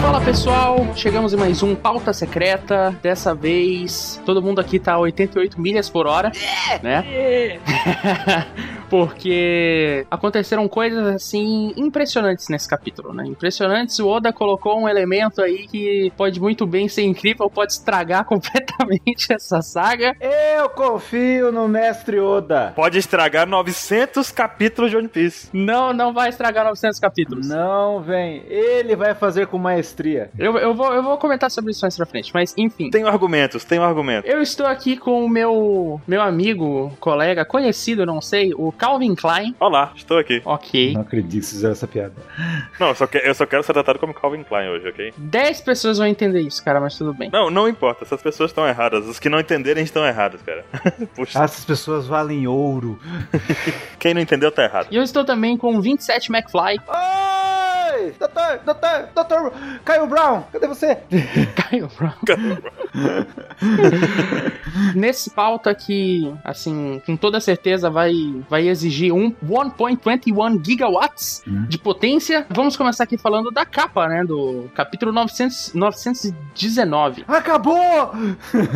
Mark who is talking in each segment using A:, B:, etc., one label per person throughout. A: Fala pessoal, chegamos em mais um Pauta Secreta. Dessa vez, todo mundo aqui tá a 88 milhas por hora, né? Porque aconteceram coisas assim impressionantes nesse capítulo, né? Impressionantes. O Oda colocou um elemento aí que pode muito bem ser incrível, pode estragar completamente essa saga.
B: Eu confio no mestre Oda.
C: Pode estragar 900 capítulos de One Piece.
A: Não, não vai estragar 900 capítulos.
B: Não vem. Ele vai fazer com maestria.
A: Eu, eu, vou, eu vou comentar sobre isso mais pra frente, mas enfim.
C: Tenho argumentos, tenho argumentos.
A: Eu estou aqui com o meu, meu amigo, colega, conhecido, não sei, o Calvin Klein.
C: Olá, estou aqui.
A: Ok.
B: Não acredito que fizeram essa piada.
C: Não, eu só, que- eu só quero ser tratado como Calvin Klein hoje, ok?
A: 10 pessoas vão entender isso, cara, mas tudo bem.
C: Não, não importa. Essas pessoas estão erradas. Os que não entenderem estão errados, cara. Puxa,
B: Ah, Essas pessoas valem ouro.
C: quem não entendeu tá errado.
A: E eu estou também com o 27 McFly.
B: Oi! Doutor, doutor, doutor, Caio Brown, cadê você?
A: Caio Brown. Nesse pauta que, assim, com toda certeza vai, vai exigir um 1.21 gigawatts
B: Hum.
A: de potência. Vamos começar aqui falando da capa, né? Do capítulo 900, 919.
B: Acabou!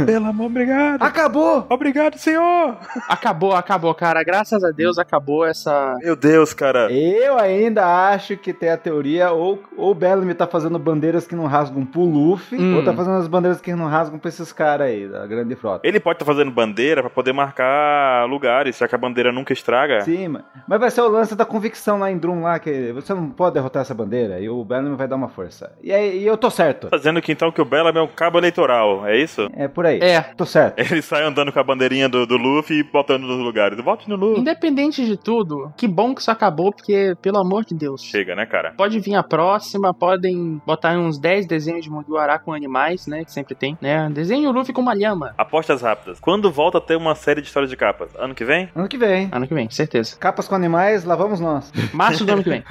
C: Pelo amor, obrigado.
B: Acabou!
C: Obrigado, senhor.
A: Acabou, acabou, cara. Graças a Deus acabou essa.
C: Meu Deus, cara.
B: Eu ainda acho que tem a teoria ou ou o Bellamy tá fazendo bandeiras que não rasgam pro Luffy,
A: Hum.
B: ou tá fazendo as bandeiras que não rasgam pra esses caras aí, da grande frota.
C: Ele pode estar fazendo bandeira pra poder marcar lugares, já que a bandeira nunca estraga.
B: Sim, ma- mas vai ser o lance da convicção lá em Drum lá, que você não pode derrotar essa bandeira, e o Bellamy vai dar uma força. E aí, e eu tô certo.
C: Tá dizendo que então que o Bellamy é um cabo eleitoral, é isso?
B: É por aí.
A: É.
B: Tô certo.
C: Ele sai andando com a bandeirinha do, do Luffy e botando nos lugares. Volte no
A: Então-
C: Luffy.
A: Independente de tudo, que bom que isso acabou, porque, pelo amor de Deus.
C: Chega, né, cara?
A: Pode vir a próxima, podem botar uns 10 desenhos de Mugiwara com animais, né? Que sempre tem, né? Desenhe o Luffy com uma lhama.
C: Apostas rápidas. Quando volta a ter uma série de histórias de capas? Ano que vem?
B: Ano que vem.
A: Ano que vem, certeza.
B: Capas com animais, lá vamos nós.
A: Março do ano que vem.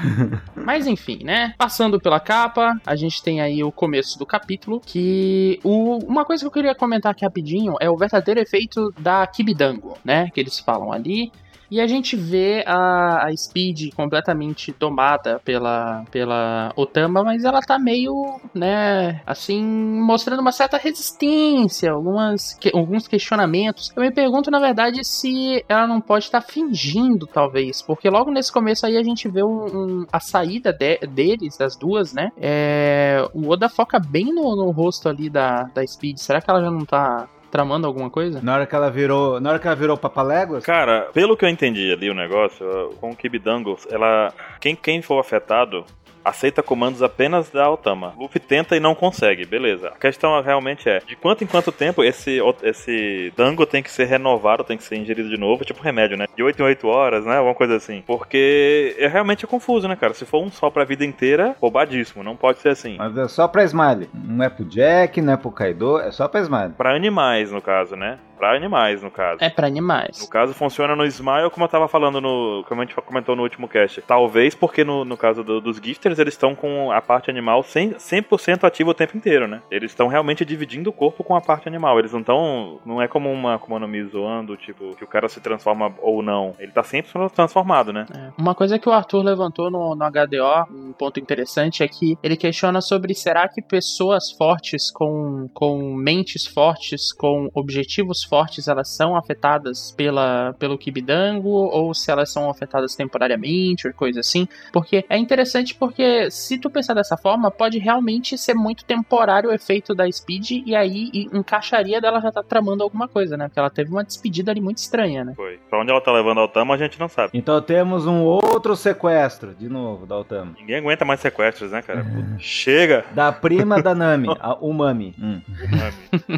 A: Mas enfim, né? Passando pela capa, a gente tem aí o começo do capítulo. Que o... uma coisa que eu queria comentar aqui rapidinho é o verdadeiro efeito da Kibidango, né? Que eles falam ali. E a gente vê a, a Speed completamente domada pela, pela Otama, mas ela tá meio, né, assim, mostrando uma certa resistência, algumas, que- alguns questionamentos. Eu me pergunto, na verdade, se ela não pode estar fingindo, talvez, porque logo nesse começo aí a gente vê um, um- a saída de- deles, das duas, né? É, o Oda foca bem no, no rosto ali da, da Speed. Será que ela já não tá tramando alguma coisa?
B: Na hora que ela virou, na hora que ela virou papaléguas,
C: Cara, pelo que eu entendi ali o negócio, eh, com o Kibidangles, ela. Quem, quem for afetado aceita comandos apenas da Altama. Luffy tenta e não consegue, beleza. A questão realmente é: de quanto em quanto tempo esse, o- esse dango tem que ser renovado, tem que ser ingerido de novo, tipo remédio, né? De 8 em 8 horas, né? Alguma coisa assim. Porque é realmente é confuso, né, cara? Se for um só pra vida inteira, roubadíssimo. Não pode ser assim.
B: mas é só pra Smiley. Não é pro Jack, não é pro Kaido, é só pra Smiley.
C: Pra animais, no caso, né? Pra animais, no caso.
A: É pra animais.
C: No caso, funciona no Smile, como eu tava falando no. Como a gente comentou no último cast. Talvez porque no, no caso do- dos gifters, eles estão com a parte animal 100%, 100 ativa o tempo inteiro, né? Eles estão realmente dividindo o corpo com a parte animal. Eles não estão. Não é como uma como no Mi zoando, tipo, que o cara se transforma ou não. Ele tá sempre transformado, né?
A: Uma coisa que o Arthur levantou no, no HDO, um ponto interessante, é que ele questiona sobre será que pessoas fortes, com, com mentes fortes, com objetivos fortes, elas são afetadas pela, pelo Kibidango, ou se elas são afetadas temporariamente, ou coisa assim. Porque é interessante porque se tu pensar dessa forma, pode realmente ser muito temporário o efeito da Speed, e aí e- encaixaria dela já tá tramando alguma coisa, né? Porque ela teve uma despedida ali muito estranha, né?
C: Foi. Pra onde ela tá levando a Altama, a gente não sabe.
B: Então temos um outro sequestro, de novo, da Otama.
C: Ninguém aguenta mais sequestros, né, cara? Chega!
B: Da prima da Nami, a Umami. Hum.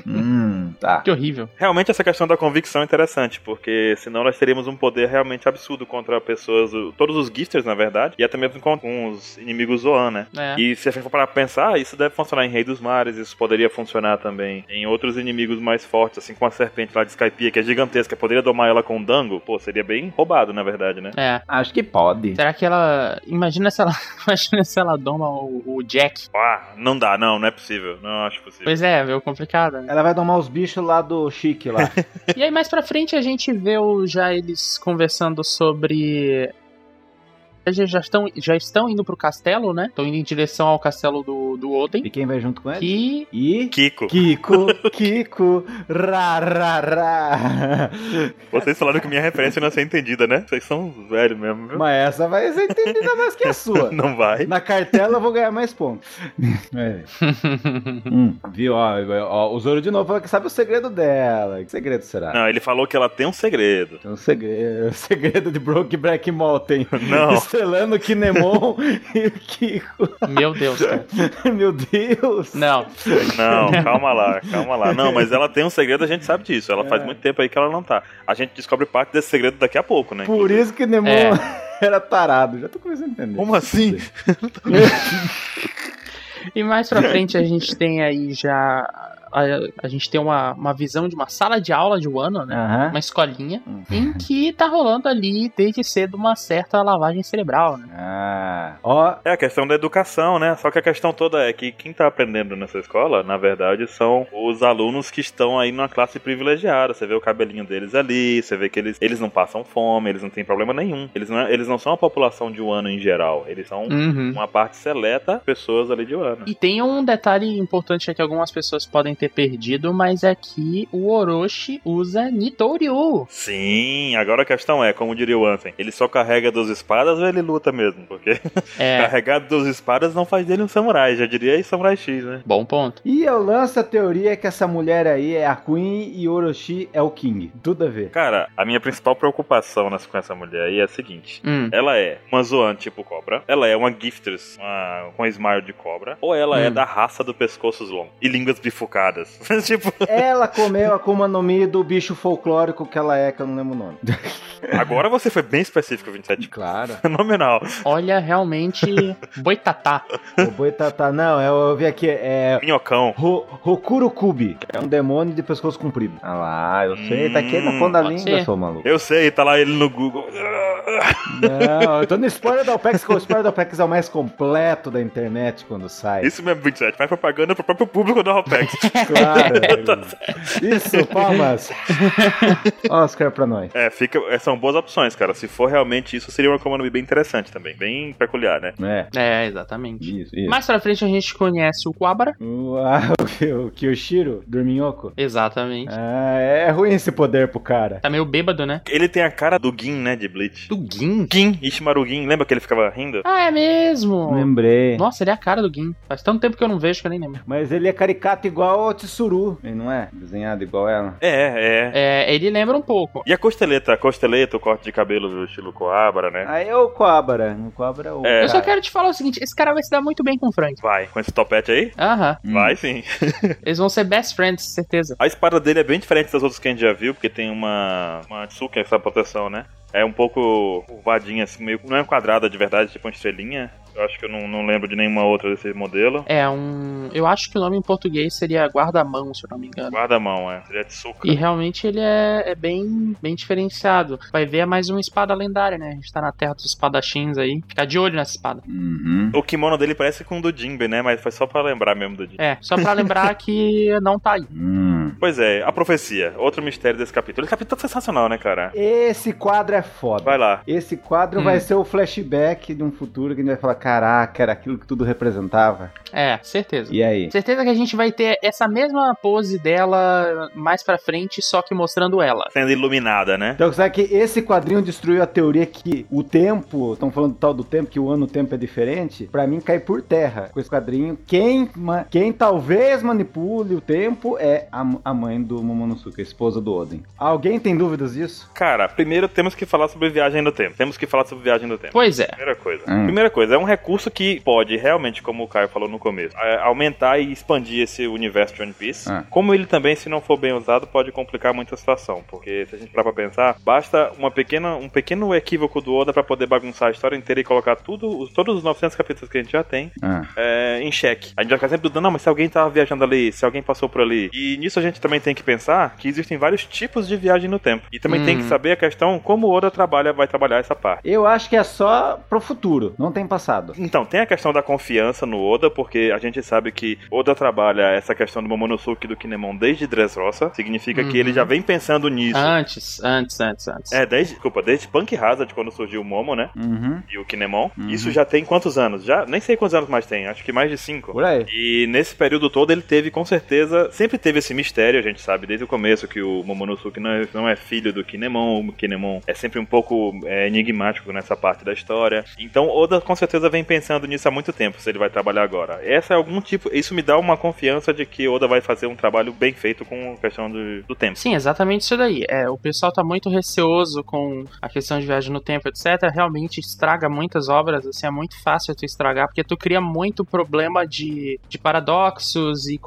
B: Hum, tá.
A: Que horrível.
C: Realmente essa questão da convicção é interessante, porque senão nós teríamos um poder realmente absurdo contra pessoas, o- todos os gifters, na verdade, e até mesmo com com os inimigos Zoan, né?
A: É.
C: E se a gente for parar pra pensar, isso deve funcionar em Rei dos Mares, isso poderia funcionar também em outros inimigos mais fortes, assim como a serpente lá de Skypiea, que é gigantesca, poderia domar ela com um dango? Pô, seria bem roubado, na verdade, né?
A: É.
B: Acho que pode.
A: Será que ela. Imagina se ela. Imagina se ela doma o, o Jack.
C: Ah, não dá, não, não é possível, não acho possível.
A: Pois é, viu? Complicado. né?
B: Ela vai domar os bichos lá do Chique lá.
A: E aí mais pra frente a gente vê o, já eles conversando sobre. eles já estão, já estão indo pro castelo, né? Estão indo em direção ao castelo do, do Oden.
B: E quem vai junto com ele?
A: Que
B: E.
C: Kiko.
B: Kiko, Kiko, ra, ra, ra.
C: Vocês falaram que minha referência não ia ser entendida, né? Vocês são velhos mesmo, viu?
B: Mas essa vai ser entendida mais que a sua.
C: Não vai.
B: Na cartela eu vou ganhar mais pontos. É. Hum, viu? Ó, ó, o Zoro de novo falou que sabe o segredo dela. Que segredo será?
C: Não, ele falou que ela tem um segredo.
B: Tem um segredo, o segredo de Broke Black Mountain.
C: Não.
B: Estrelando Kinemon e o Kiko.
A: meu Deus, cara.
B: Meu Deus.
A: Não.
C: Não, calma lá, calma lá. Não, mas ela tem um segredo, a gente sabe disso. Ela faz muito tempo aí que ela não tá. A gente descobre parte desse segredo daqui a pouco, né?
B: Por isso que Kinemon
A: É.
B: era tarado. Já tô começando a entender.
C: Como assim?
A: E mais pra frente a gente tem aí já. A, a gente tem uma, uma visão de uma sala de aula de Wano, né?
B: Aham.
A: Uma escolinha.
B: Hum.
A: Em que tá rolando ali desde cedo uma certa lavagem cerebral, né?
B: Ah. Ó,
C: É a questão da educação, né? Só que a questão toda é que quem tá aprendendo nessa escola, na verdade, são os alunos que estão aí numa classe privilegiada. Você vê o cabelinho deles ali, você vê que eles, eles não passam fome, eles não têm problema nenhum. Eles não, é- eles não são a população de Wano em geral, eles são
A: Uhum.
C: uma parte seleta de pessoas ali de Wano.
A: E tem um detalhe importante é que algumas pessoas podem ter perdido, mas é que o Orochi usa Nitoryu.
C: Sim, agora a questão é, como diria o Ansem, ele só carrega duas espadas ou ele luta mesmo? Porque
A: É,
C: carregar duas espadas não faz dele um samurai, já diria aí Samurai X, né?
A: bom ponto.
B: E eu lanço a teoria que essa mulher aí é a Queen e Orochi é o King. Tudo a ver.
C: Cara, a minha principal preocupação nessa- com essa mulher aí é a seguinte.
A: Hum.
C: Ela é uma zoan tipo cobra, ela é uma giftress uma, com smile de cobra, ou ela é
A: Hum.
C: da raça do pescoços longos e línguas bifocadas. tipo,
B: Ela comeu a Kuma no Mi do bicho folclórico que ela é, que eu não lembro o nome.
C: agora você foi bem específico, 27.
B: Claro.
C: Fenomenal.
A: Olha, realmente. Boitatá.
B: O Boitatá, não, eu, eu vi aqui, é.
C: Minhocão.
B: Ho- Hokuro Kubi, que é um demônio de pescoço comprido. Ah lá, eu sei, tá aqui na ponta da
A: Hum, pode
B: língua,
A: ser.
B: seu maluco.
C: Eu sei, tá lá ele no Google.
B: Não, eu tô no spoiler da OPEX, que o spoiler da OPEX é o mais completo da internet quando sai.
C: Isso mesmo, 27. Faz propaganda pro próprio público da Ropex.
A: é
B: Claro. Isso, palmas. Oscar pra nós.
C: é, fica, é, são boas opções, cara. Se for realmente isso, seria uma economia bem interessante também. Bem peculiar, né?
B: É,
A: É, exatamente.
B: isso, isso.
A: Mais pra frente a gente conhece o Quabra.
B: Uau, o Kyoshiro, dorminhoco.
A: Exatamente.
B: Ah, é ruim esse poder pro cara.
A: Tá meio bêbado, né?
C: Ele tem a cara do Gin, né, de Bleach.
A: Do Gin?
C: Gin, Ishimaru Gin. Lembra que ele ficava rindo?
A: Ah, é mesmo!
B: Lembrei.
A: Nossa, ele é a cara do Gin. Faz tanto tempo que eu não vejo que eu nem lembro.
B: Mas ele é caricato igual ao Tsuru. Ele não é? Desenhado igual ela.
C: É, é.
A: É, ele lembra um pouco.
C: E a costeleta, a costeleta, o corte de cabelo do estilo Coabra, né?
B: Aí é o Cobra. O Cobra é o.
C: É.
A: Eu só quero te falar o seguinte: esse cara vai se dar muito bem com o Frank.
C: Vai, com esse topete aí?
A: Aham.
B: Hum.
C: Vai sim.
A: Eles vão ser best friends, certeza.
C: A espada dele é bem diferente das outras que a gente já viu, porque tem uma. Uma Tsuken, essa proteção, né? É um pouco curvadinha, assim, meio. Não é quadrada de verdade, tipo uma estrelinha. Eu acho que eu não, não lembro de nenhuma outra desse modelo.
A: É um. Eu acho que o nome em português seria guarda-mão, se eu não me engano.
C: Guarda-mão, é. Seria Tsuka.
A: E realmente ele é, é bem, bem diferenciado. Vai ver é mais uma espada lendária, né? A gente tá na terra dos espadachins aí. Ficar de olho nessa espada.
B: Uhum.
C: O kimono dele parece com o do Jinbe, né? Mas foi só pra lembrar mesmo do Jinbe.
A: É, só pra lembrar que não tá aí.
B: Hum.
C: Pois é, a profecia. Outro mistério desse capítulo. Esse capítulo tá sensacional, né, cara?
B: Esse quadro é foda.
C: Vai lá.
B: Esse quadro
A: Hum.
B: vai ser o flashback de um futuro que a gente vai falar: caraca, era aquilo que tudo representava.
A: É, certeza.
B: E aí?
A: Certeza que a gente vai ter essa mesma pose dela mais pra frente, só que mostrando ela.
C: Sendo iluminada, né?
B: Então, sabe que esse quadrinho destruiu a teoria que o tempo, estão falando do tal do tempo, que o ano o tempo é diferente, pra mim cai por terra com esse quadrinho. Quem, ma- quem talvez manipule o tempo é a, a mãe do Momonosuke, a esposa do Odin. Alguém tem dúvidas disso?
C: Cara, primeiro temos que falar sobre viagem no tempo. Temos que falar sobre viagem no tempo.
A: Pois é.
C: Primeira coisa.
B: Hum.
C: Primeira coisa, é um recurso que pode realmente, como o Caio falou no começo, é, aumentar e expandir esse universo de One Piece.
B: Ah.
C: Como ele também, se não for bem usado, pode complicar muito a situação. Porque se a gente parar pra pensar, basta uma pequena, um pequeno equívoco do Oda pra poder bagunçar a história inteira e colocar tudo, os- todos os 900 capítulos que a gente já tem
B: Ah.
C: é, em xeque. A gente vai ficar sempre dudando, não, mas se alguém tava viajando ali, se alguém passou por ali. E nisso a gente também tem que pensar que existem vários tipos de viagem no tempo. E também tem
A: Hum.
C: que saber a questão como o Oda trabalha, vai trabalhar essa parte.
B: Eu acho que é só pro futuro, não tem passado.
C: Então, tem a questão da confiança no Oda, porque a gente sabe que Oda trabalha essa questão do Momonosuke e do Kinemon desde Dressrosa. Significa que
A: Uhum. Ah,
C: ele já vem pensando nisso.
A: Antes, antes, antes, antes.
C: É, desde, desculpa, desde Punk Hazard, quando surgiu o Momo, né?
B: Uhum.
C: E o Kinemon.
B: Uhum.
C: Isso já tem quantos anos? Já nem sei quantos anos mais tem, acho que mais de cinco.
B: Por aí.
C: E nesse período todo ele teve, com certeza, sempre teve esse mistério, a gente sabe desde o começo que o Momonosuke não é, não é filho do Kinemon, o Kinemon é sempre um pouco é, enigmático nessa parte da história. Então Oda com certeza vem pensando nisso há muito tempo, se ele vai trabalhar agora. Essa é algum tipo, isso me dá uma confiança de que Oda vai fazer um trabalho bem feito com a questão do, do tempo.
A: Sim, exatamente isso daí. É, o pessoal tá muito receoso com a questão de viagem no tempo, etc. Realmente estraga muitas obras, assim, é muito fácil tu estragar, porque tu cria muito problema de, de paradoxos e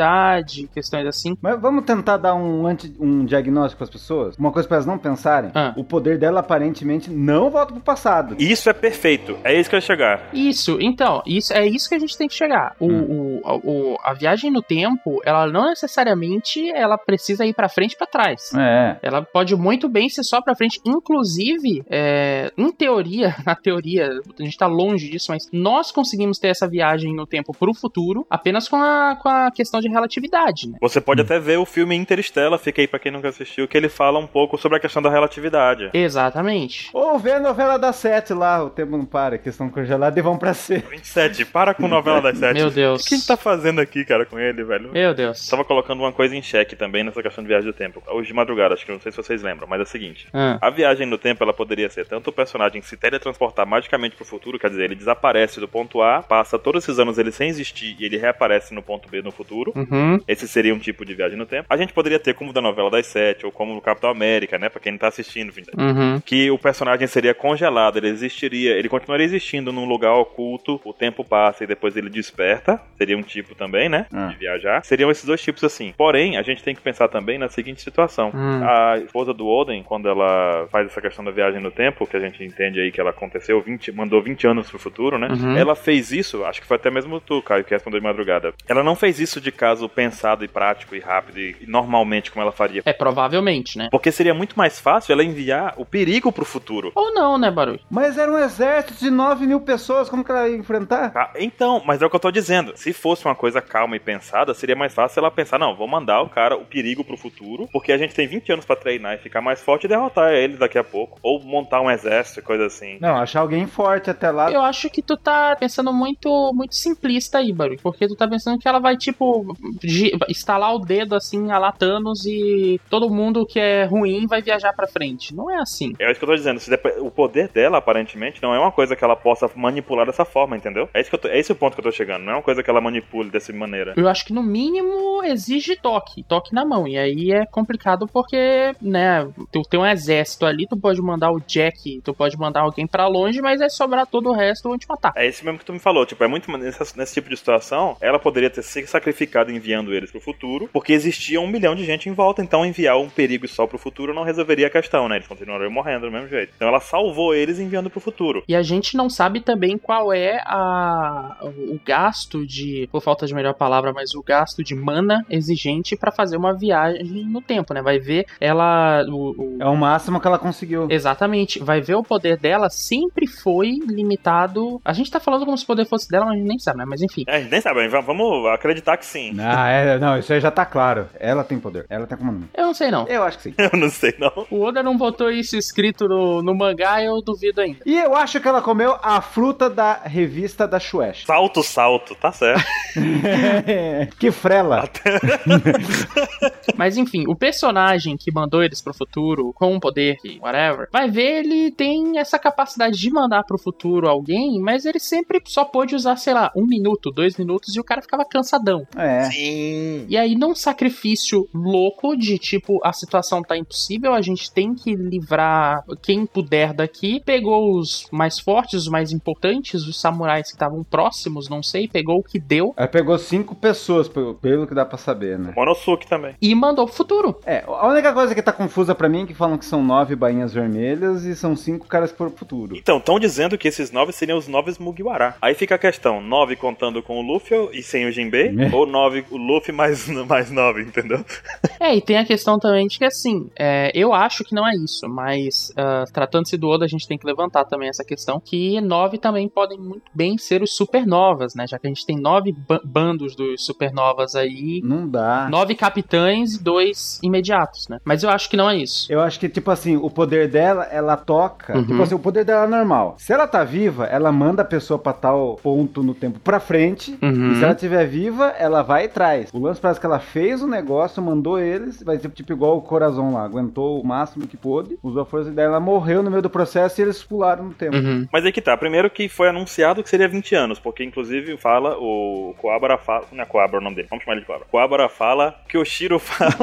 A: continuidade, questões assim.
B: Mas vamos tentar dar um, anti, um diagnóstico para as pessoas? Uma coisa para elas não pensarem.
A: Ah.
B: O poder dela aparentemente não volta pro passado.
C: Isso é perfeito, é isso que eu ia chegar.
A: Isso, então, isso é isso que a gente tem que chegar. O, o- a- o- a viagem no tempo, ela não necessariamente ela precisa ir pra frente e pra trás.
B: É.
A: Ela pode muito bem ser só pra frente. Inclusive, é, em teoria, na teoria, a gente tá longe disso, mas nós conseguimos ter essa viagem no tempo pro futuro apenas com a, com a questão de relatividade, né?
C: Você pode até ver o filme Interestela, fica aí pra quem nunca assistiu, que ele fala um pouco sobre a questão da relatividade.
A: Exatamente.
B: Ou vê a novela das sete lá, o tempo não para, que estão congelados e vão pra C.
C: 27, para com novela das sete.
A: Meu Deus.
C: O que a gente tá fazendo aqui, cara, com ele, velho?
A: Meu Deus.
C: Tava colocando uma coisa em xeque também nessa questão de viagem do tempo. Hoje de madrugada, acho que não sei se vocês lembram, mas é o seguinte.
A: Ah,
C: A viagem no tempo, ela poderia ser tanto o personagem se teletransportar magicamente pro futuro, quer dizer, ele desaparece do ponto A, passa todos esses anos ele sem existir e ele reaparece no ponto B no futuro.
A: uhum.
C: Esse seria um tipo de viagem no tempo. A gente poderia ter como da novela das sete, ou como no Capitão América, né? Pra quem não tá assistindo, enfim
A: Uhum.
C: que o personagem seria congelado, ele existiria, ele continuaria existindo num lugar oculto, o tempo passa e depois ele desperta, seria um tipo também, né,
B: Ah.
C: de viajar. Seriam esses dois tipos assim. Porém, a gente tem que pensar também na seguinte situação.
A: Hum.
C: A esposa do Oden, quando ela faz essa questão da viagem no tempo, que a gente entende aí que ela aconteceu, 20, mandou 20 anos pro futuro, né?
A: Uhum.
C: Ela fez isso, acho que foi até mesmo tu, Caio, que respondeu de madrugada. Ela não fez isso de caso pensado e prático e rápido e e normalmente como ela faria.
A: É, provavelmente, né?
C: Porque seria muito mais fácil ela enviar o perigo pro futuro.
A: Ou não, né, Barulho?
B: Mas era um exército de 9 mil pessoas, como que ela ia enfrentar?
C: Tá, então, mas é o que eu tô dizendo. Se fosse uma coisa calma e pensada, seria mais fácil ela pensar, não, vou mandar o cara o perigo pro futuro, porque a gente tem 20 anos pra treinar e ficar mais forte e derrotar ele daqui a pouco. Ou montar um exército, e coisa assim.
B: Não, achar alguém forte até lá.
A: Eu acho que tu tá pensando muito muito simplista aí, Baru. Porque tu tá pensando que ela vai, tipo, gi- estalar o dedo assim, a lá Thanos e todo mundo que é ruim vai viajar pra frente. Não é assim.
C: É isso que eu tô dizendo. se depois- o poder dela, aparentemente, não é uma coisa que ela possa manipular dessa forma, entendeu? É, isso que eu tô- é esse o ponto que eu tô chegando. Não é uma coisa que ela manipule dessa maneira.
A: Eu acho que no mínimo exige toque, toque na mão. E aí é complicado porque, né, tu tem um exército ali, tu pode mandar o Jack, tu pode mandar alguém pra longe, mas é sobrar todo o resto vão te matar.
C: É isso mesmo que tu me falou, tipo, é muito nesse, nesse tipo de situação, ela poderia ter se sacrificado enviando eles pro futuro, porque existia um milhão de gente em volta, então enviar um perigo só pro futuro não resolveria a questão, né? Eles continuariam morrendo do mesmo jeito. Então ela salvou eles enviando pro futuro.
A: E a gente não sabe também qual é a, o gasto de, por falta de melhor palavra, mas o gasto de mana exigente pra fazer uma viagem no tempo, né? Vai ver ela. o- o-
B: É o máximo que ela conseguiu.
A: Exatamente, vai ver o poder dela sempre foi limitado. A gente tá falando como se o poder fosse dela, mas a gente nem sabe, né? Mas enfim.
C: É, a gente nem sabe, mas vamos acreditar que sim.
B: Ah, é, não, isso aí já tá claro. Ela tem poder. Ela tá tem comando.
A: Eu não sei não.
B: Eu acho que sim.
C: Eu não sei, não.
A: O Oda não botou isso escrito no, no mangá, eu duvido ainda.
B: E eu acho que ela comeu a fruta da revista da Shuesh.
C: Salto, salto, tá certo.
B: que frela.
A: Mas enfim, o personagem que mandou eles pro futuro, com um poder, que whatever, vai ver, ele tem essa capacidade de mandar pro futuro alguém, mas ele sempre só pôde usar, sei lá, um minuto, dois minutos, e o cara ficava cansadão.
B: É.
C: Sim.
A: E aí, num sacrifício louco de tipo, a situação tá impossível, a gente tem que livrar quem puder daqui. Pegou os mais fortes, os mais importantes, os samurais que estavam próximos, não sei, pegou o que deu.
B: Ela pegou cinco pessoas, pelo, pelo que dá dá pra saber, né?
C: Monosuke também.
A: E mandou pro futuro.
B: É, a única coisa que tá confusa pra mim é que falam que são nove bainhas vermelhas e são cinco caras pro futuro.
C: Então, estão dizendo que esses nove seriam os nove Mugiwara. Aí fica a questão: nove contando com o Luffy e sem o Jinbei?
B: Né?
C: Ou nove o Luffy mais, mais nove, entendeu?
A: É, e tem a questão também de que, assim, é, eu acho que não é isso, mas ah, tratando-se do Oda, a gente tem que levantar também essa questão que nove também podem muito bem ser os supernovas, né? Já que a gente tem nove ba- bandos dos supernovas aí,
B: Não dá.
A: nove capitães e dois imediatos, né? Mas eu acho que não é isso.
B: Eu acho que, tipo assim, o poder dela, ela toca.
A: Uhum.
B: Tipo assim, o poder dela é normal. Se ela tá viva, ela manda a pessoa pra tal ponto no tempo pra frente.
A: Uhum.
B: E se ela estiver viva, ela vai e traz. O lance parece que ela fez o negócio, mandou eles, vai ser tipo igual o Corazon lá. Aguentou o máximo que pôde, usou a força dela, ela morreu no meio do processo e eles pularam no tempo.
A: Uhum.
C: Mas aí que tá. Primeiro que foi anunciado que seria 20 anos, porque inclusive fala, o Coabra fala. Não é Coabra o nome dele, vamos chamar ele de Coabra. Coabra fala, que o Shiro fala,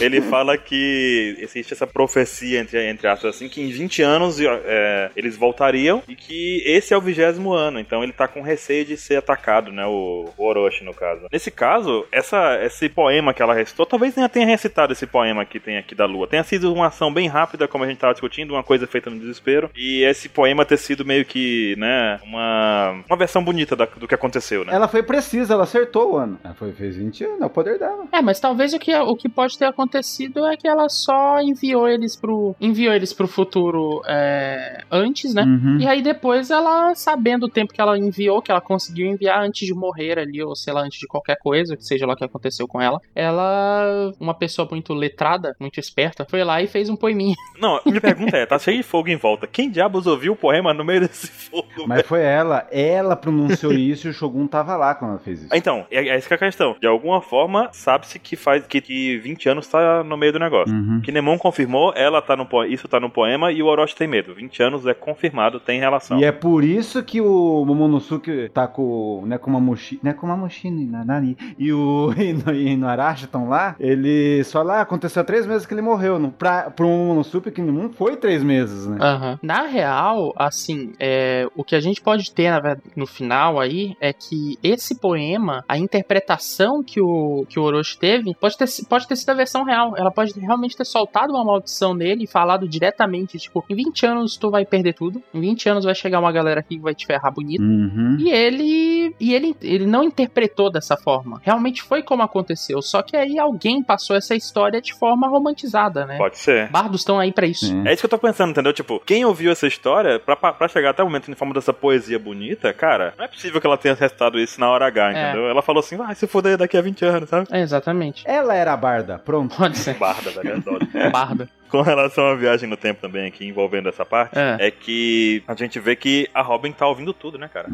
C: ele fala que existe essa profecia, entre, entre aspas, assim, que em 20 anos é, eles voltariam e que esse é o vigésimo ano, então ele tá com receio de ser atacado, né? O, o Orochi, no caso. Nesse caso, essa, esse poema que ela recitou, talvez nem tenha recitado esse poema que tem aqui da lua. Tenha sido uma ação bem rápida, como a gente tava discutindo, uma coisa feita no desespero. E esse poema ter sido meio que, né, uma, uma versão bonita da- do que aconteceu, né?
B: Ela foi precisa, ela acertou o ano. Ela foi, fez 20 anos, é o poder dela.
A: É, mas talvez o que, o que pode ter acontecido é que ela só enviou eles pro, enviou eles pro futuro é, antes, né?
B: Uhum.
A: E aí depois ela, sabendo o tempo que ela enviou, que ela conseguiu enviar antes de morrer ali, ou sei lá, antes de qualquer coisa, que seja lá o que aconteceu com ela, ela, uma pessoa muito letrada, muito esperta, foi lá e fez um poeminha.
C: Não, minha pergunta é, tá cheio de fogo em volta. Quem diabos ouviu o poema no meio desse fogo?
B: Mas foi ela, ela pronunciou isso e o Shogun tava lá quando ela fez isso.
C: Então, é, é essa que é a questão. De alguma forma, sabe-se que faz que, que 20 anos tá no meio do negócio.
B: Uhum.
C: Kinemon confirmou, ela tá no po- isso tá no poema e o Orochi tem medo. 20 anos é confirmado, tem relação.
B: E é por isso que o Momonosuke tá com o Nekomamushi, Nekomamushi e Nanari e o Ino- e Inuarashi estão lá. Ele só lá aconteceu há três meses que ele morreu. No, pra, pro Momonosuke que não foi três meses, né?
A: Aham. Na real, assim, é, o que a gente pode ter na verdade, no final aí é que esse poema, a interpretação que o, que o Orochi teve, pode ter, si- pode ter sido a versão real. Ela pode realmente ter soltado uma maldição nele e falado diretamente, tipo, em 20 anos tu vai perder tudo, em 20 anos vai chegar uma galera aqui que vai te ferrar bonito.
B: Uhum.
A: E ele. E ele, ele não interpretou dessa forma. Realmente foi como aconteceu. Só que aí alguém passou essa história de forma romantizada, né?
C: Pode ser.
A: Bardos estão aí pra isso.
B: Sim.
C: É isso que eu tô pensando, entendeu? Tipo, quem ouviu essa história, pra, pra pra chegar até o momento em forma dessa poesia bonita, cara, não é possível que ela tenha recitado isso na hora H, entendeu? Ela falou assim, vai se fuder daqui a 20 anos, sabe?
A: É, exatamente.
B: Ela era a barda, pronto.
A: Pode ser.
C: Barda, velho, adoro.
A: Barda.
C: Com relação à viagem no tempo também aqui, envolvendo essa parte,
A: É.
C: é. que a gente vê que a Robin tá ouvindo tudo, né, cara?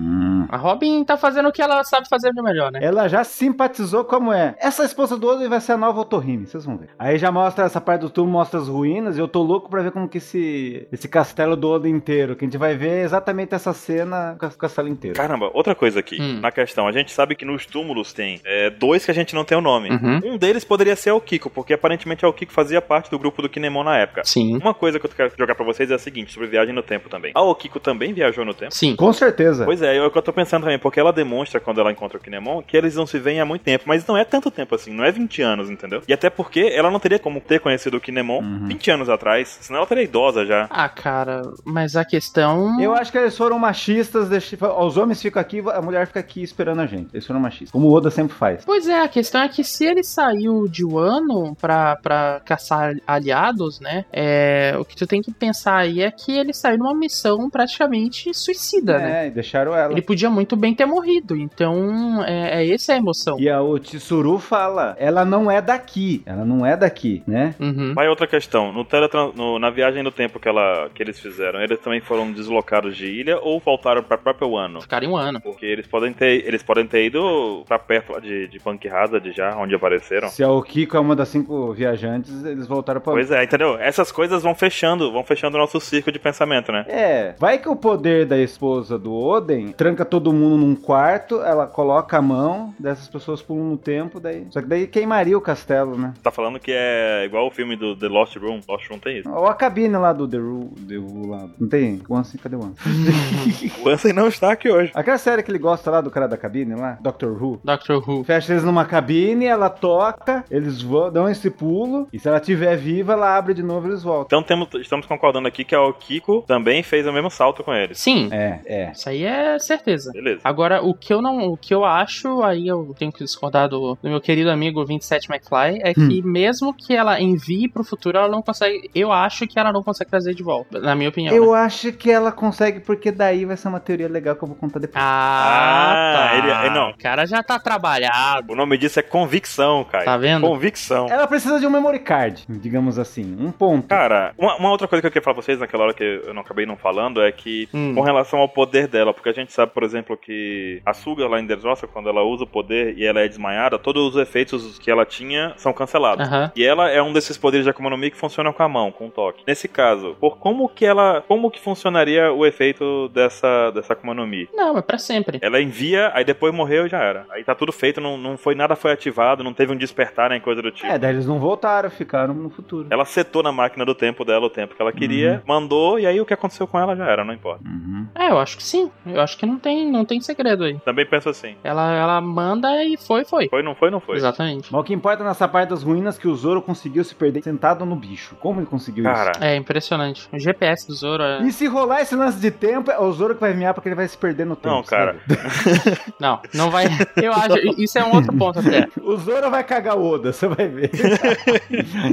A: A Robin tá fazendo o que ela sabe fazer de melhor, né?
B: Ela já simpatizou como é. Essa esposa do Oda vai ser a nova Otorrime, vocês vão ver. Aí já mostra essa parte do túmulo, mostra as ruínas, e eu tô louco pra ver como que esse, esse castelo do Oda inteiro, que a gente vai ver exatamente essa cena com o castelo inteiro.
C: Caramba, outra coisa aqui,
A: Hum.
C: na questão, a gente sabe que nos túmulos tem é, dois que a gente não tem o
B: É.
C: nome.
A: Uhum.
C: Um deles poderia ser o Kiko, porque aparentemente é o Kiko que fazia parte do grupo do Kinemon na época.
A: Sim.
C: Uma coisa que eu quero jogar pra vocês é a seguinte, sobre viagem no tempo também. A Okiko também viajou no tempo?
A: Sim.
B: Com certeza.
C: Pois é, é o que eu tô pensando também, porque ela demonstra quando ela encontra o Kinemon que eles não se veem há muito tempo, mas não é tanto tempo assim, não é 20 anos, entendeu? E até porque ela não teria como ter conhecido o Kinemon
B: Uhum.
C: 20 anos atrás, senão ela teria idosa já.
A: Ah, cara, mas a questão.
C: é.
B: Eu acho que eles foram machistas. deixa- Os homens ficam aqui, a mulher fica aqui esperando a gente. Eles foram machistas. Como o Oda sempre faz.
A: Pois é, a questão é que se ele saiu de Wano pra, pra caçar aliados, né? É, o que tu tem que pensar aí é que ele saiu numa missão praticamente suicida, né?
B: É, e deixaram ela.
A: Ele podia muito bem ter morrido. Então, é, é essa a emoção.
B: E a o Tsuru fala: ela não é daqui. Ela não é daqui, né?
A: Uhum.
C: Vai outra questão, no teletran- no- na viagem do tempo que, ela, que eles fizeram, eles também foram deslocados de ilha ou voltaram pra própria Wano?
A: Ficaram um ano.
C: Porque eles podem ter, eles podem ter ido pra perto lá de, de Punk Hazard já, onde apareceram.
B: é Se a Okiko é uma das cinco viajantes, eles voltaram pra.
C: Pois é, entendeu? Entendeu? Essas coisas vão fechando, vão fechando o nosso círculo de pensamento, né?
B: É, vai que o poder da esposa do Oden tranca todo mundo num quarto, ela coloca a mão dessas pessoas pulam no tempo, daí. Só que daí queimaria o castelo, né?
C: Tá falando que é igual o filme do The Lost Room. Lost Room tem isso.
B: Ou a cabine lá do The Rule, The Rule lá. Não tem? Once, cadê o Once?
C: O Ansem não está aqui hoje.
B: Aquela série que ele gosta lá do cara da cabine lá, Doctor Who.
A: Doctor Who.
B: Fecha eles numa cabine, ela toca, eles vão, dão esse pulo, e se ela tiver viva, ela abre de novo e eles voltam.
C: Então temos, estamos concordando aqui que a Okiko também fez o mesmo salto com eles.
A: Sim,
B: É, é.
A: isso aí é certeza.
C: Beleza.
A: Agora, o que eu não, o que eu acho, aí eu tenho que discordar do, do meu querido amigo 27 McFly, é
B: Hum.
A: que mesmo que ela envie pro futuro, ela não consegue. Eu acho que ela não consegue trazer de volta, na minha opinião. né?
B: Eu acho que ela consegue, porque daí vai ser uma teoria legal que eu vou contar depois.
A: Ah,
C: Ah,
A: tá.
C: ele- é, não.
A: O cara já tá trabalhado,
C: O nome disso é convicção, cara.
A: tá vendo?
C: Convicção.
B: Ela precisa de um memory card, digamos assim, um ponto.
C: Cara, uma, uma outra coisa que eu queria falar pra vocês naquela hora que eu não acabei não falando é que
A: Hum.
C: com relação ao poder dela, porque a gente sabe, por exemplo, que a Suga lá em Dressrosa, quando ela usa o poder e ela é desmaiada, todos os efeitos que ela tinha são cancelados.
A: Aham.
C: E ela é um desses poderes de Akuma no Mi que funciona com a mão, com o toque. Nesse caso, por como que ela, como que funcionaria o efeito dessa dessa Akuma no Mi?
A: Não, é pra sempre.
C: Ela envia, aí depois morreu e já era. Aí tá tudo feito, não, não foi nada foi ativado, não teve um despertar nem coisa do tipo.
B: É, daí eles não voltaram, ficaram no futuro.
C: Ela setou na máquina do tempo dela o tempo que ela queria, mandou, e aí o que aconteceu com ela já era, não importa.
B: Uhum.
A: É, eu acho que sim. Eu acho que não tem, não tem segredo aí.
C: Também penso assim.
A: Ela, ela manda e foi, foi.
C: Foi, não foi, não foi.
A: Exatamente.
B: Mas o que importa nessa parte das ruínas é que o Zoro conseguiu se perder sentado no bicho. Como ele conseguiu
C: Cara,
A: É impressionante. O GPS do Zoro é...
B: isso? E se rolar esse lance de tempo, é o Zoro que vai miar porque ele vai se perder no tempo.
C: Não, cara.
B: sabe?
A: Não, não vai. Eu acho. Isso é um outro ponto até.
B: O Zoro vai cagar o Oda, você vai ver.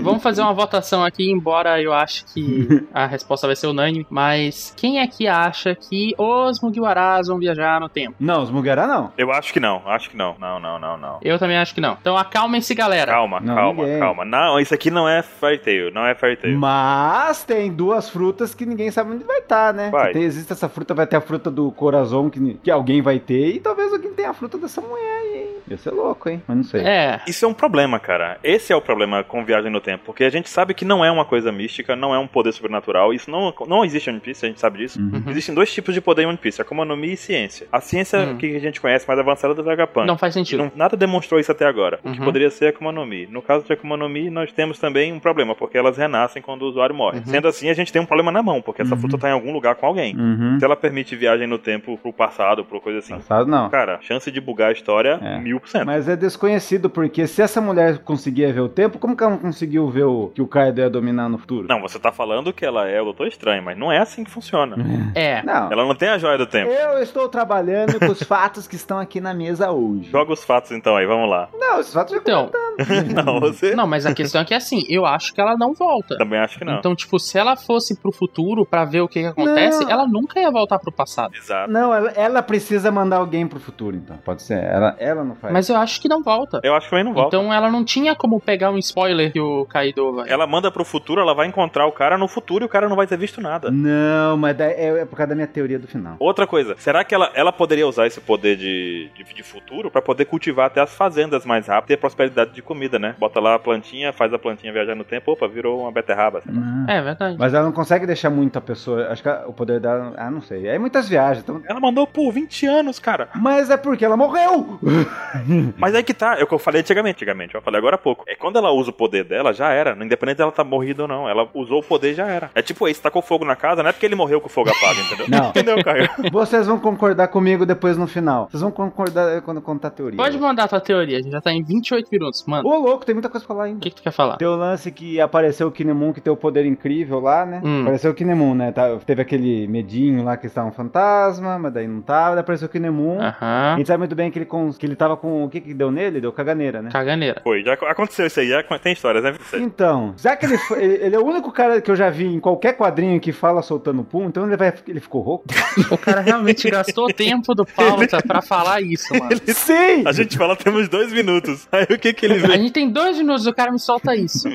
A: Vamos fazer uma votação aqui, embora eu acho que a resposta vai ser unânime. Mas quem é que acha que os Mugiwaras vão viajar no tempo?
B: não, os Mugera não.
C: eu acho que não, acho que não. Não, não, não, não.
A: Eu também acho que não. Então acalmem-se, galera.
C: Calma,
B: Não,
C: calma,
B: ninguém.
C: calma. Não, isso aqui não é Fairy Tail, não é Fairy Tail.
B: Mas tem duas frutas que ninguém sabe onde vai estar, né?
C: Vai.
B: Que tem- existe essa fruta, vai ter a fruta do coração que, que alguém vai ter, e talvez alguém tenha a fruta dessa mulher aí. hein? Ia ser louco, hein? Mas não sei.
A: É.
C: Isso é um problema, cara. Esse é o problema com viagem no tempo, porque a gente sabe que não é uma coisa mística, não é um poder sobrenatural. Isso não, não existe em One Piece, a gente sabe disso.
B: Uhum.
A: Uhum.
C: Existem dois tipos de poder em One Piece, Akuma no Mi e ciência. A ciência
B: Uhum.
A: Hum.
C: que a gente conhece mais avançada é do Vegapunk.
A: Não faz sentido.
C: Não- nada demonstrou isso até agora. O que
A: Uhum.
C: poderia ser a Akuma no Mi. No caso de Akuma no Mi, nós temos também um problema, porque elas renascem quando o usuário morre.
A: Uhum.
C: Sendo assim, a gente tem um problema na mão, porque essa
B: Uhum.
C: fruta tá em algum lugar com alguém.
B: Uhum.
C: Se ela permite viagem no tempo pro passado, pro coisa Então, assim,
B: Passado não.
C: cara, chance de bugar a história,
B: É.
C: mil por cento.
B: Mas é desconhecido, porque se essa mulher conseguia ver o tempo, como que ela não conseguiu ver o que o Kaido ia dominar no futuro?
C: Não, você tá falando que ela é o Doutor Estranho, mas não é assim que funciona.
A: É.
B: Não.
C: Ela não tem a joia do tempo.
B: Eu estou trabalhando com os fatos que estão aqui na mesa hoje.
C: Joga os fatos então aí, vamos lá.
B: Não, os fatos já
A: Então,
C: Não, você
A: não, mas a questão é que é assim, eu acho que ela não volta.
C: também acho que não.
A: Então, tipo, se ela fosse pro futuro pra ver o que, que acontece,
B: Não.
A: ela nunca ia voltar pro passado.
C: Exato.
B: Não, ela, ela precisa mandar alguém pro futuro, então. Pode ser. Ela, ela não faz.
A: Mas eu acho que não volta.
C: Eu acho que também não volta.
A: Então ela não tinha como pegar um spoiler que o Kaido vai.
C: Ela manda pro futuro, ela vai encontrar o cara no futuro e o cara não vai ter visto nada.
B: Não, mas daí é, é por causa da minha teoria do final.
C: Outra coisa, será que ela, ela poderia usar esse poder de, de, de futuro pra poder cultivar até as fazendas mais rápido e a prosperidade de comida, né? Bota lá a plantinha, faz a plantinha viajar no tempo, opa, virou uma beterraba. sei lá.
B: Não.
A: É verdade.
B: Mas ela não consegue deixar muito a pessoa. Acho que a- o poder dela. Ah, não sei. É muitas viagens. Então...
C: Ela mandou por 20 anos, cara.
B: Mas é porque ela morreu!
C: Mas aí que tá, é o que eu falei antigamente, antigamente, eu falei agora há pouco. É quando ela usa o poder dela, já era. Independente dela tá morrida ou não. Ela usou o poder, já era. É tipo esse, tacou fogo na casa, não é porque ele morreu com o fogo apaga, entendeu?
B: Não.
C: Entendeu, Caio?
B: Vocês vão concordar comigo depois no final. Vocês vão concordar quando eu contar a teoria.
A: Pode mandar tua teoria, a gente já tá em 28 minutos, mano.
C: Uh.
B: Ô, louco, tem muita coisa pra falar
A: O
B: ainda.
A: que, que tu quer falar?
B: Tem o lance que apareceu o Kinemon, que tem o poder incrível lá, né?
A: Hum.
B: Apareceu o Kinemon, né? Tá- teve aquele medinho lá que estava um fantasma, mas daí não tava. Daí apareceu o Kinemon. A
C: Tá.
A: Aham.
B: gente sabe muito bem que ele, cons- que ele tava com. O que que deu nele? Deu caganeira, né?
A: Caganeira.
C: Foi, já ac- aconteceu isso aí, já ac- tem histórias, né? Vicente?
B: Então, já que ele, foi- ele ele é o único cara que eu já vi em qualquer quadrinho que fala soltando pum, então ele vai ele ficou rouco?
A: O cara realmente gastou tempo do pauta pra falar isso, mano.
B: Sim!
C: A gente fala, temos dois minutos. Aí o que que ele
A: A
C: vê?
A: gente tem dois minutos, o cara me solta isso.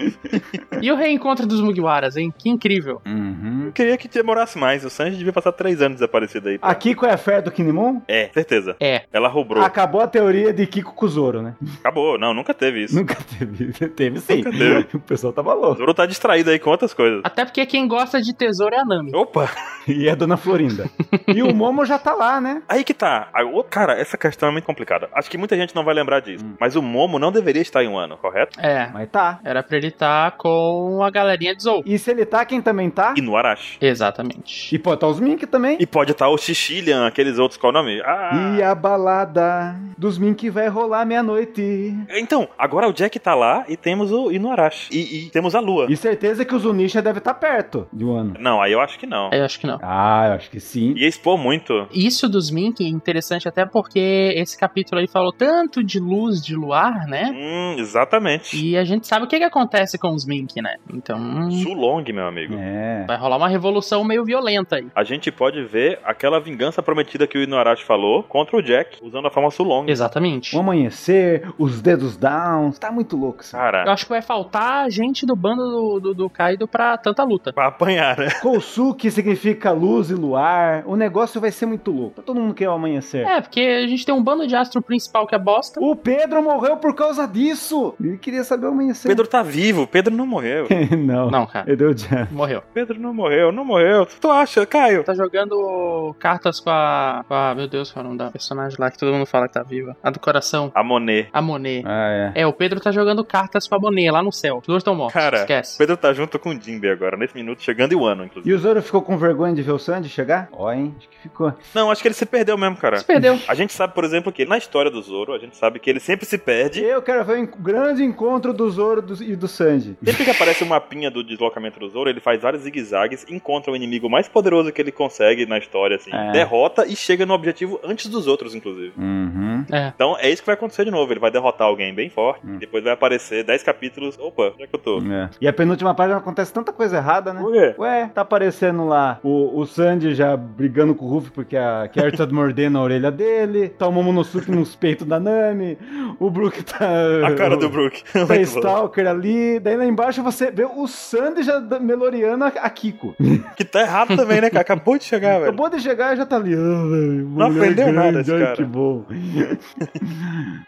A: E o reencontro dos Mugiwaras, hein? Que incrível.
B: Uhum.
C: Eu queria que demorasse mais. O Sanji devia passar três anos desaparecido aí.
B: A Kiko é a fera do Kinemon?
C: É, certeza.
A: É.
C: Ela roubou.
B: Acabou a teoria de Kiko com o Zoro, né?
C: Acabou. Não, nunca teve isso.
B: Nunca teve. Teve sim.
C: Nunca teve.
B: O pessoal tava
C: O
B: louco.
C: Zoro tá distraído aí com outras coisas.
B: Ah.
A: Até porque quem gosta de tesouro é a Nami.
C: Opa!
B: E a Dona Florinda. e o Momo já tá lá, né?
C: Aí que tá. A o- Cara, essa questão é muito complicada. Acho que muita gente não vai lembrar disso. Mas o Momo não deveria estar em um ano, correto?
A: É.
B: Mas tá.
A: Era pra ele estar com a galerinha de Zou.
B: E se ele tá, quem também tá?
C: E no Arashi.
A: Exatamente.
B: E pode tá os Mink também.
C: E pode estar o Xixilian, aqueles outros, qual é o nome? Ah!
B: E a balada dos Mink vai rolar meia-noite.
C: Então, agora o Jack tá lá e temos o Inuarashi. E, e temos a Lua.
B: E certeza que o Zunisha deve estar perto de um ano.
C: Não, aí eu acho que não.
A: Eu acho que não.
B: Ah, eu acho que sim.
C: Ia expor muito.
A: Isso dos Mink é interessante até porque esse capítulo aí falou tanto de luz, de luar, né?
C: Hum, exatamente.
A: E a gente sabe o que, que acontece com os Mink, né? Então hum,
C: Sulong, meu amigo.
B: É.
A: vai rolar uma revolução meio violenta aí.
C: A gente pode ver aquela vingança prometida que o Inuarashi falou contra o Jack, usando a forma Sulong.
A: Exatamente.
B: O amanhecer, os dedos down. Tá muito louco, sabe?
A: Eu
C: Cara,
A: acho que vai faltar gente do bando do, do, do Kaido pra tanta luta.
C: pra apanhar, né?
B: Kousuke significa luz e luar. O negócio vai ser muito louco. Todo mundo quer o amanhecer.
A: É, porque a gente tem um bando de astro principal que é bosta.
B: O Pedro morreu por causa disso. Ele queria saber o amanhecer.
C: Pedro tá vivo, Pedro não morreu.
B: não.
A: Não, cara.
B: Eu dei o Jeff.
A: Morreu.
C: Pedro não morreu, não morreu. Tu acha, Caio?
A: Tá jogando cartas com a. Com a meu Deus, qual é o nome da personagem lá que todo mundo fala que tá viva? A do coração.
C: A Monet.
A: A Monet.
B: Ah,
A: É, o Pedro tá jogando cartas com a Monet lá no céu. Os dois estão mortos.
C: Cara,
A: esquece.
C: Pedro tá junto com o Jimbe agora, nesse minuto, chegando e o ano, inclusive.
B: E o Zoro ficou com vergonha de ver o Sandy chegar? Ó, hein? Acho que ficou.
C: Não, acho que ele se perdeu mesmo, cara.
A: Se perdeu.
C: A gente sabe, por exemplo, que na história do Zoro, a gente sabe que ele sempre se perde.
B: Eu quero ver o en- grande encontro do Zoro do- e do Sandy.
C: Sempre que aparece um mapinha do deslocamento do Zoro, ele faz vários zigue-zagues, encontra o inimigo mais poderoso que ele consegue na história, assim,
B: É.
C: derrota e chega no objetivo antes dos outros, inclusive.
B: Uhum.
A: É.
C: Então é isso que vai acontecer de novo. Ele vai derrotar alguém bem forte,
B: Hum.
C: depois vai aparecer 10 capítulos. Opa, onde é que eu tô?
B: É. E a penúltima página acontece tanta coisa errada, né?
C: Por quê?
B: Ué, tá aparecendo lá o, o Sandy já brigando com o Ruff porque a Kerr tá mordendo a orelha dele, tá o Momonosuke nos peitos da Nami, o Brook tá.
C: A cara do Brook. é
B: Tá
C: Muito bom.
B: Stalker ali, daí lá embaixo você vê o Sandy já da- meloriando a- a Kiko.
C: Que tá errado também, né, cara? Acabou de chegar, velho.
B: Acabou de chegar e já tá ali. Ah, velho,
C: Não
B: mulher
C: aprendeu nada esse
B: ai,
C: cara.
B: que bom.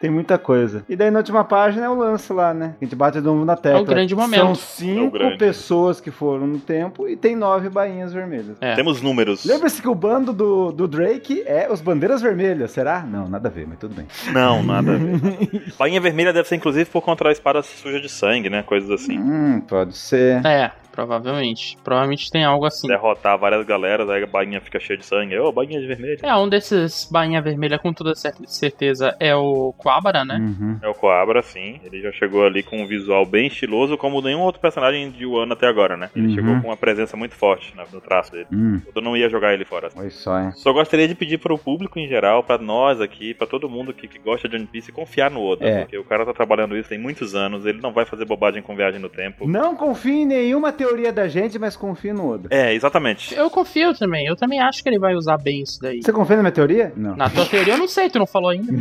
B: Tem muita coisa. E daí na última página é o lance lá, né? A gente bate de novo na tecla.
A: É o grande momento.
B: São
C: É o
B: cinco
C: grande.
B: pessoas que foram no tempo e tem nove bainhas vermelhas.
A: É.
C: Temos números.
B: Lembre-se que o bando do, do Drake é os Bandeiras Vermelhas, será? Não, nada a ver, mas tudo bem.
C: Não, nada. a ver. Bainha vermelha deve ser, inclusive, por contra a espada suja de sangue, né? Coisas assim.
B: Hum, pode ser.
A: É, provavelmente. Provavelmente tem algo assim.
C: Derrotar várias galeras, aí a bainha fica cheia de sangue. Ô, bainha de vermelho.
A: É, um desses bainha vermelha com toda cer- certeza é o Quabara, né?
B: Uhum.
C: É o Coabra, sim. Ele já chegou ali com um visual bem estiloso, como nenhum outro personagem de Wano até agora, né? Ele
B: Uhum.
C: chegou com uma presença muito forte na- no traço dele.
B: Hum,
C: Eu não ia jogar ele fora.
B: olha só, hein?
C: Só gostaria de pedir pro público em geral, pra nós aqui, pra todo mundo que, que gosta de One Piece, confiar no Oda.
B: É.
C: Porque o cara tá trabalhando isso tem muitos anos, ele não vai fazer bobagem com viagem no tempo.
B: Não confie em nenhuma teoria da gente, mas confie no Oda.
C: É, exatamente.
A: Eu confio também. Eu também acho que ele vai usar bem isso daí.
B: Você confia na minha teoria? Não.
A: Na tua teoria, eu não sei, tu não falou ainda.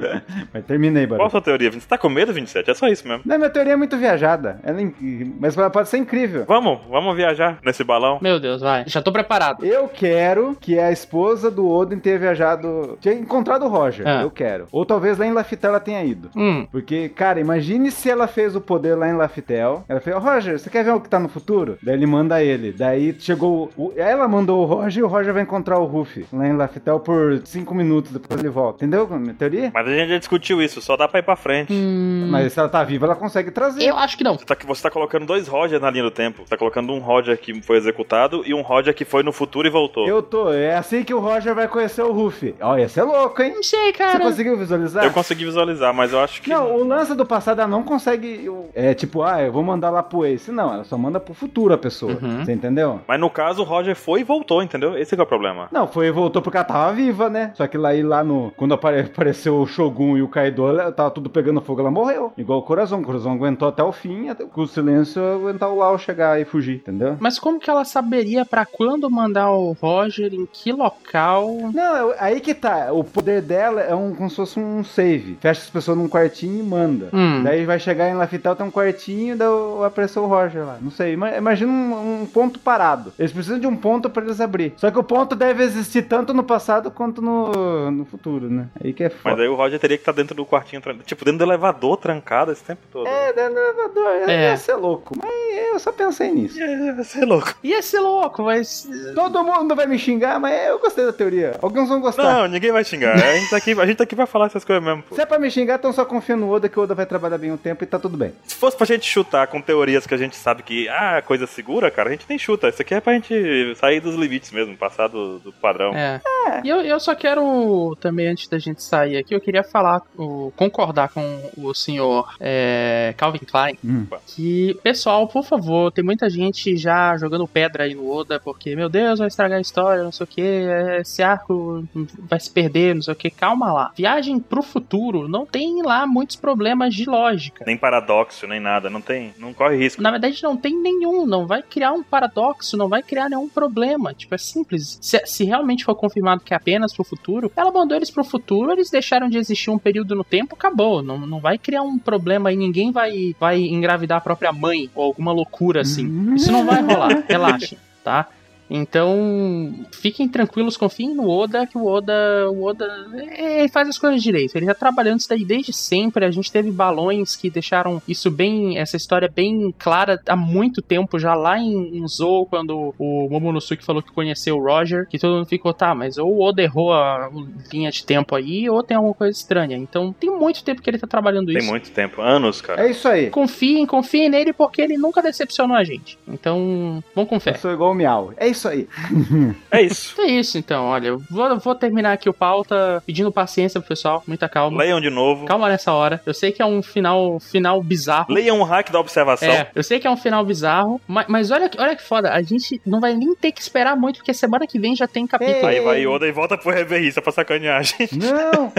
B: É. Mas termina aí,
C: Qual a
B: Barulho.
C: sua teoria, 27? Você tá com medo, 27? É só isso mesmo.
B: Não, minha teoria é muito viajada. Ela é inc- Mas ela pode ser incrível.
C: Vamos, vamos viajar nesse balão.
A: Meu Deus, vai. Já tô preparado.
B: Eu quero que a esposa do Odin tenha viajado. tenha encontrado o Roger.
A: Ah.
B: Eu quero. Ou talvez lá em Laftel ela tenha ido.
A: Hum,
B: Porque, cara, imagine se ela fez o poder lá em Laftel. Ela fez, "Ó, Roger, você quer ver o que tá no futuro? Daí ele manda ele. Daí chegou. o- Ela mandou o Roger e o Roger vai encontrar o Ruffy lá em Laftel por cinco minutos, depois ele volta. Entendeu a minha teoria?
C: Mas a gente já discutiu isso, só dá pra ir pra frente.
A: hum.
B: Mas se ela tá viva, ela consegue trazer.
A: Eu acho que não.
C: Você tá, você tá colocando dois Roger na linha do tempo. Você tá colocando um Roger que foi executado e um Roger que foi no futuro e voltou. Eu,
B: Eu tô, é assim que o Roger vai conhecer o Ruffy. Ó, ia ser louco, hein?
A: Não sei,
B: Você
A: cara.
B: conseguiu visualizar?
C: consegui visualizar, mas eu acho que.
B: Não, o lance do passado ela não consegue. eu- É tipo, ah, eu vou mandar lá pro Ace. Não, ela só manda pro futuro a pessoa.
A: Uhum.
B: Você entendeu?
C: Mas no caso, o Roger foi e voltou, entendeu? Esse que é o problema.
B: Não, foi voltou porque ela tava viva, né? Só que lá, e lá no. Quando apare- apareceu o Shogun e o Kaido, ela tava tudo pegando fogo, ela morreu. Igual o Corazon. O Corazon aguentou até o fim, até, com o silêncio aguentar o Lau chegar e fugir, entendeu?
A: Mas como que ela saberia pra quando mandar o Roger, em que local?
B: Não, eu- aí que tá. O poder dela é um, como se fosse um save. Fecha as pessoas num quartinho e manda.
A: Hum.
B: Daí vai chegar em Lafital, tem um quartinho, daí apareceu o Roger lá. não sei. ima- Imagina um, um ponto parado. Eles precisam de um ponto pra eles abrir. Só que o ponto deve existir tanto no passado quanto no, no futuro, né? Aí que é
C: Mas
B: foda.
C: aí o Roger teria que estar dentro do quartinho, tran- tipo, dentro do elevador trancado esse tempo todo.
B: É, dentro do elevador,
A: É.
B: é. ia ser louco. Mas eu só pensei nisso.
C: Você é louco.
A: Ia ser louco, mas.
B: Todo mundo vai me xingar, mas eu gostei da teoria. Alguns vão gostar.
C: Não, ninguém vai xingar. A gente tá aqui, a gente tá aqui pra falar essas coisas mesmo, pô.
B: Se é pra me xingar, então só confia no Oda que o Oda vai trabalhar bem um tempo e tá tudo bem.
C: Se fosse pra gente chutar com teorias que a gente sabe que, ah, coisa segura, cara, a gente nem chuta. Isso aqui é pra gente sair dos limites mesmo, passar do, do padrão.
A: É. E eu, eu só quero também, antes da gente sair aqui, eu queria falar, o- concordar com o senhor é, Calvin Klein,
B: Hum.
A: que, pessoal, por favor, tem muita gente já jogando pedra aí no Oda, porque, meu Deus, vai estragar a história, não sei o que, esse arco vai se perder, não sei o que, calma lá. Viagem pro futuro não tem lá muitos problemas de lógica.
C: Nem paradoxo, nem nada. Não tem. Não corre risco.
A: Na verdade, não tem nenhum, não vai criar um paradoxo, não vai criar nenhum problema. Tipo, é simples. Se, se realmente for confirmado que é apenas pro futuro, ela mandou eles pro futuro, eles deixaram de existir um período no tempo, acabou. Não, não vai criar um problema e ninguém vai, vai engravidar a própria mãe ou alguma loucura assim.
B: Hum.
A: Isso não vai rolar, relaxem, tá? Então, fiquem tranquilos, confiem no Oda, que o Oda, o Oda é, ele faz as coisas direito. Ele tá trabalhando isso daí desde sempre. A gente teve balões que deixaram isso bem, essa história bem clara há muito tempo já lá em, em Zou, quando o Momonosuke falou que conheceu o Roger, que todo mundo ficou, tá, mas ou o Oda errou a linha de tempo aí, ou tem alguma coisa estranha. Então, tem muito tempo que ele tá trabalhando
C: Tem
A: isso.
C: muito tempo. Anos, cara.
B: É isso aí.
A: Confiem, confiem nele porque ele nunca decepcionou a gente. Então, vão com
B: Eu
A: fé.
B: sou igual o Miau. É isso aí.
C: É isso.
A: É isso então, olha, eu vou, vou terminar aqui o pauta pedindo paciência pro pessoal, muita calma.
C: Leiam de novo.
A: Calma nessa hora. Eu sei que é um final final bizarro.
C: Leiam o hack da observação.
A: É, eu sei que é um final bizarro, mas, mas olha, que- olha que foda, a gente não vai nem ter que esperar muito, porque semana que vem já tem capítulo.
C: Aí vai Yoda e volta pro reverrista pra sacaneagem.
B: Não!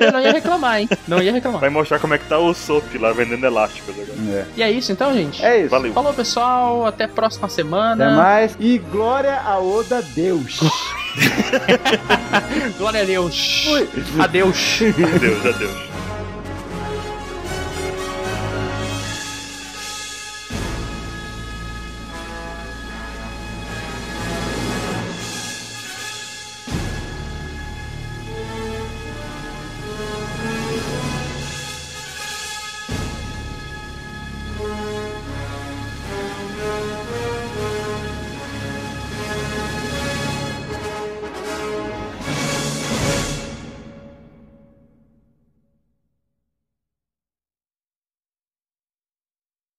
A: Eu não ia reclamar, hein? Não ia reclamar.
C: Vai mostrar como é que tá o Soap lá vendendo elásticos agora.
B: É,
A: E é isso então, gente.
B: É isso.
C: Valeu.
A: Falou, pessoal. Até a próxima semana.
B: Até mais. E glória a Oda Deus.
A: Glória a Deus.
B: Fui.
A: Adeus.
C: Adeus, adeus.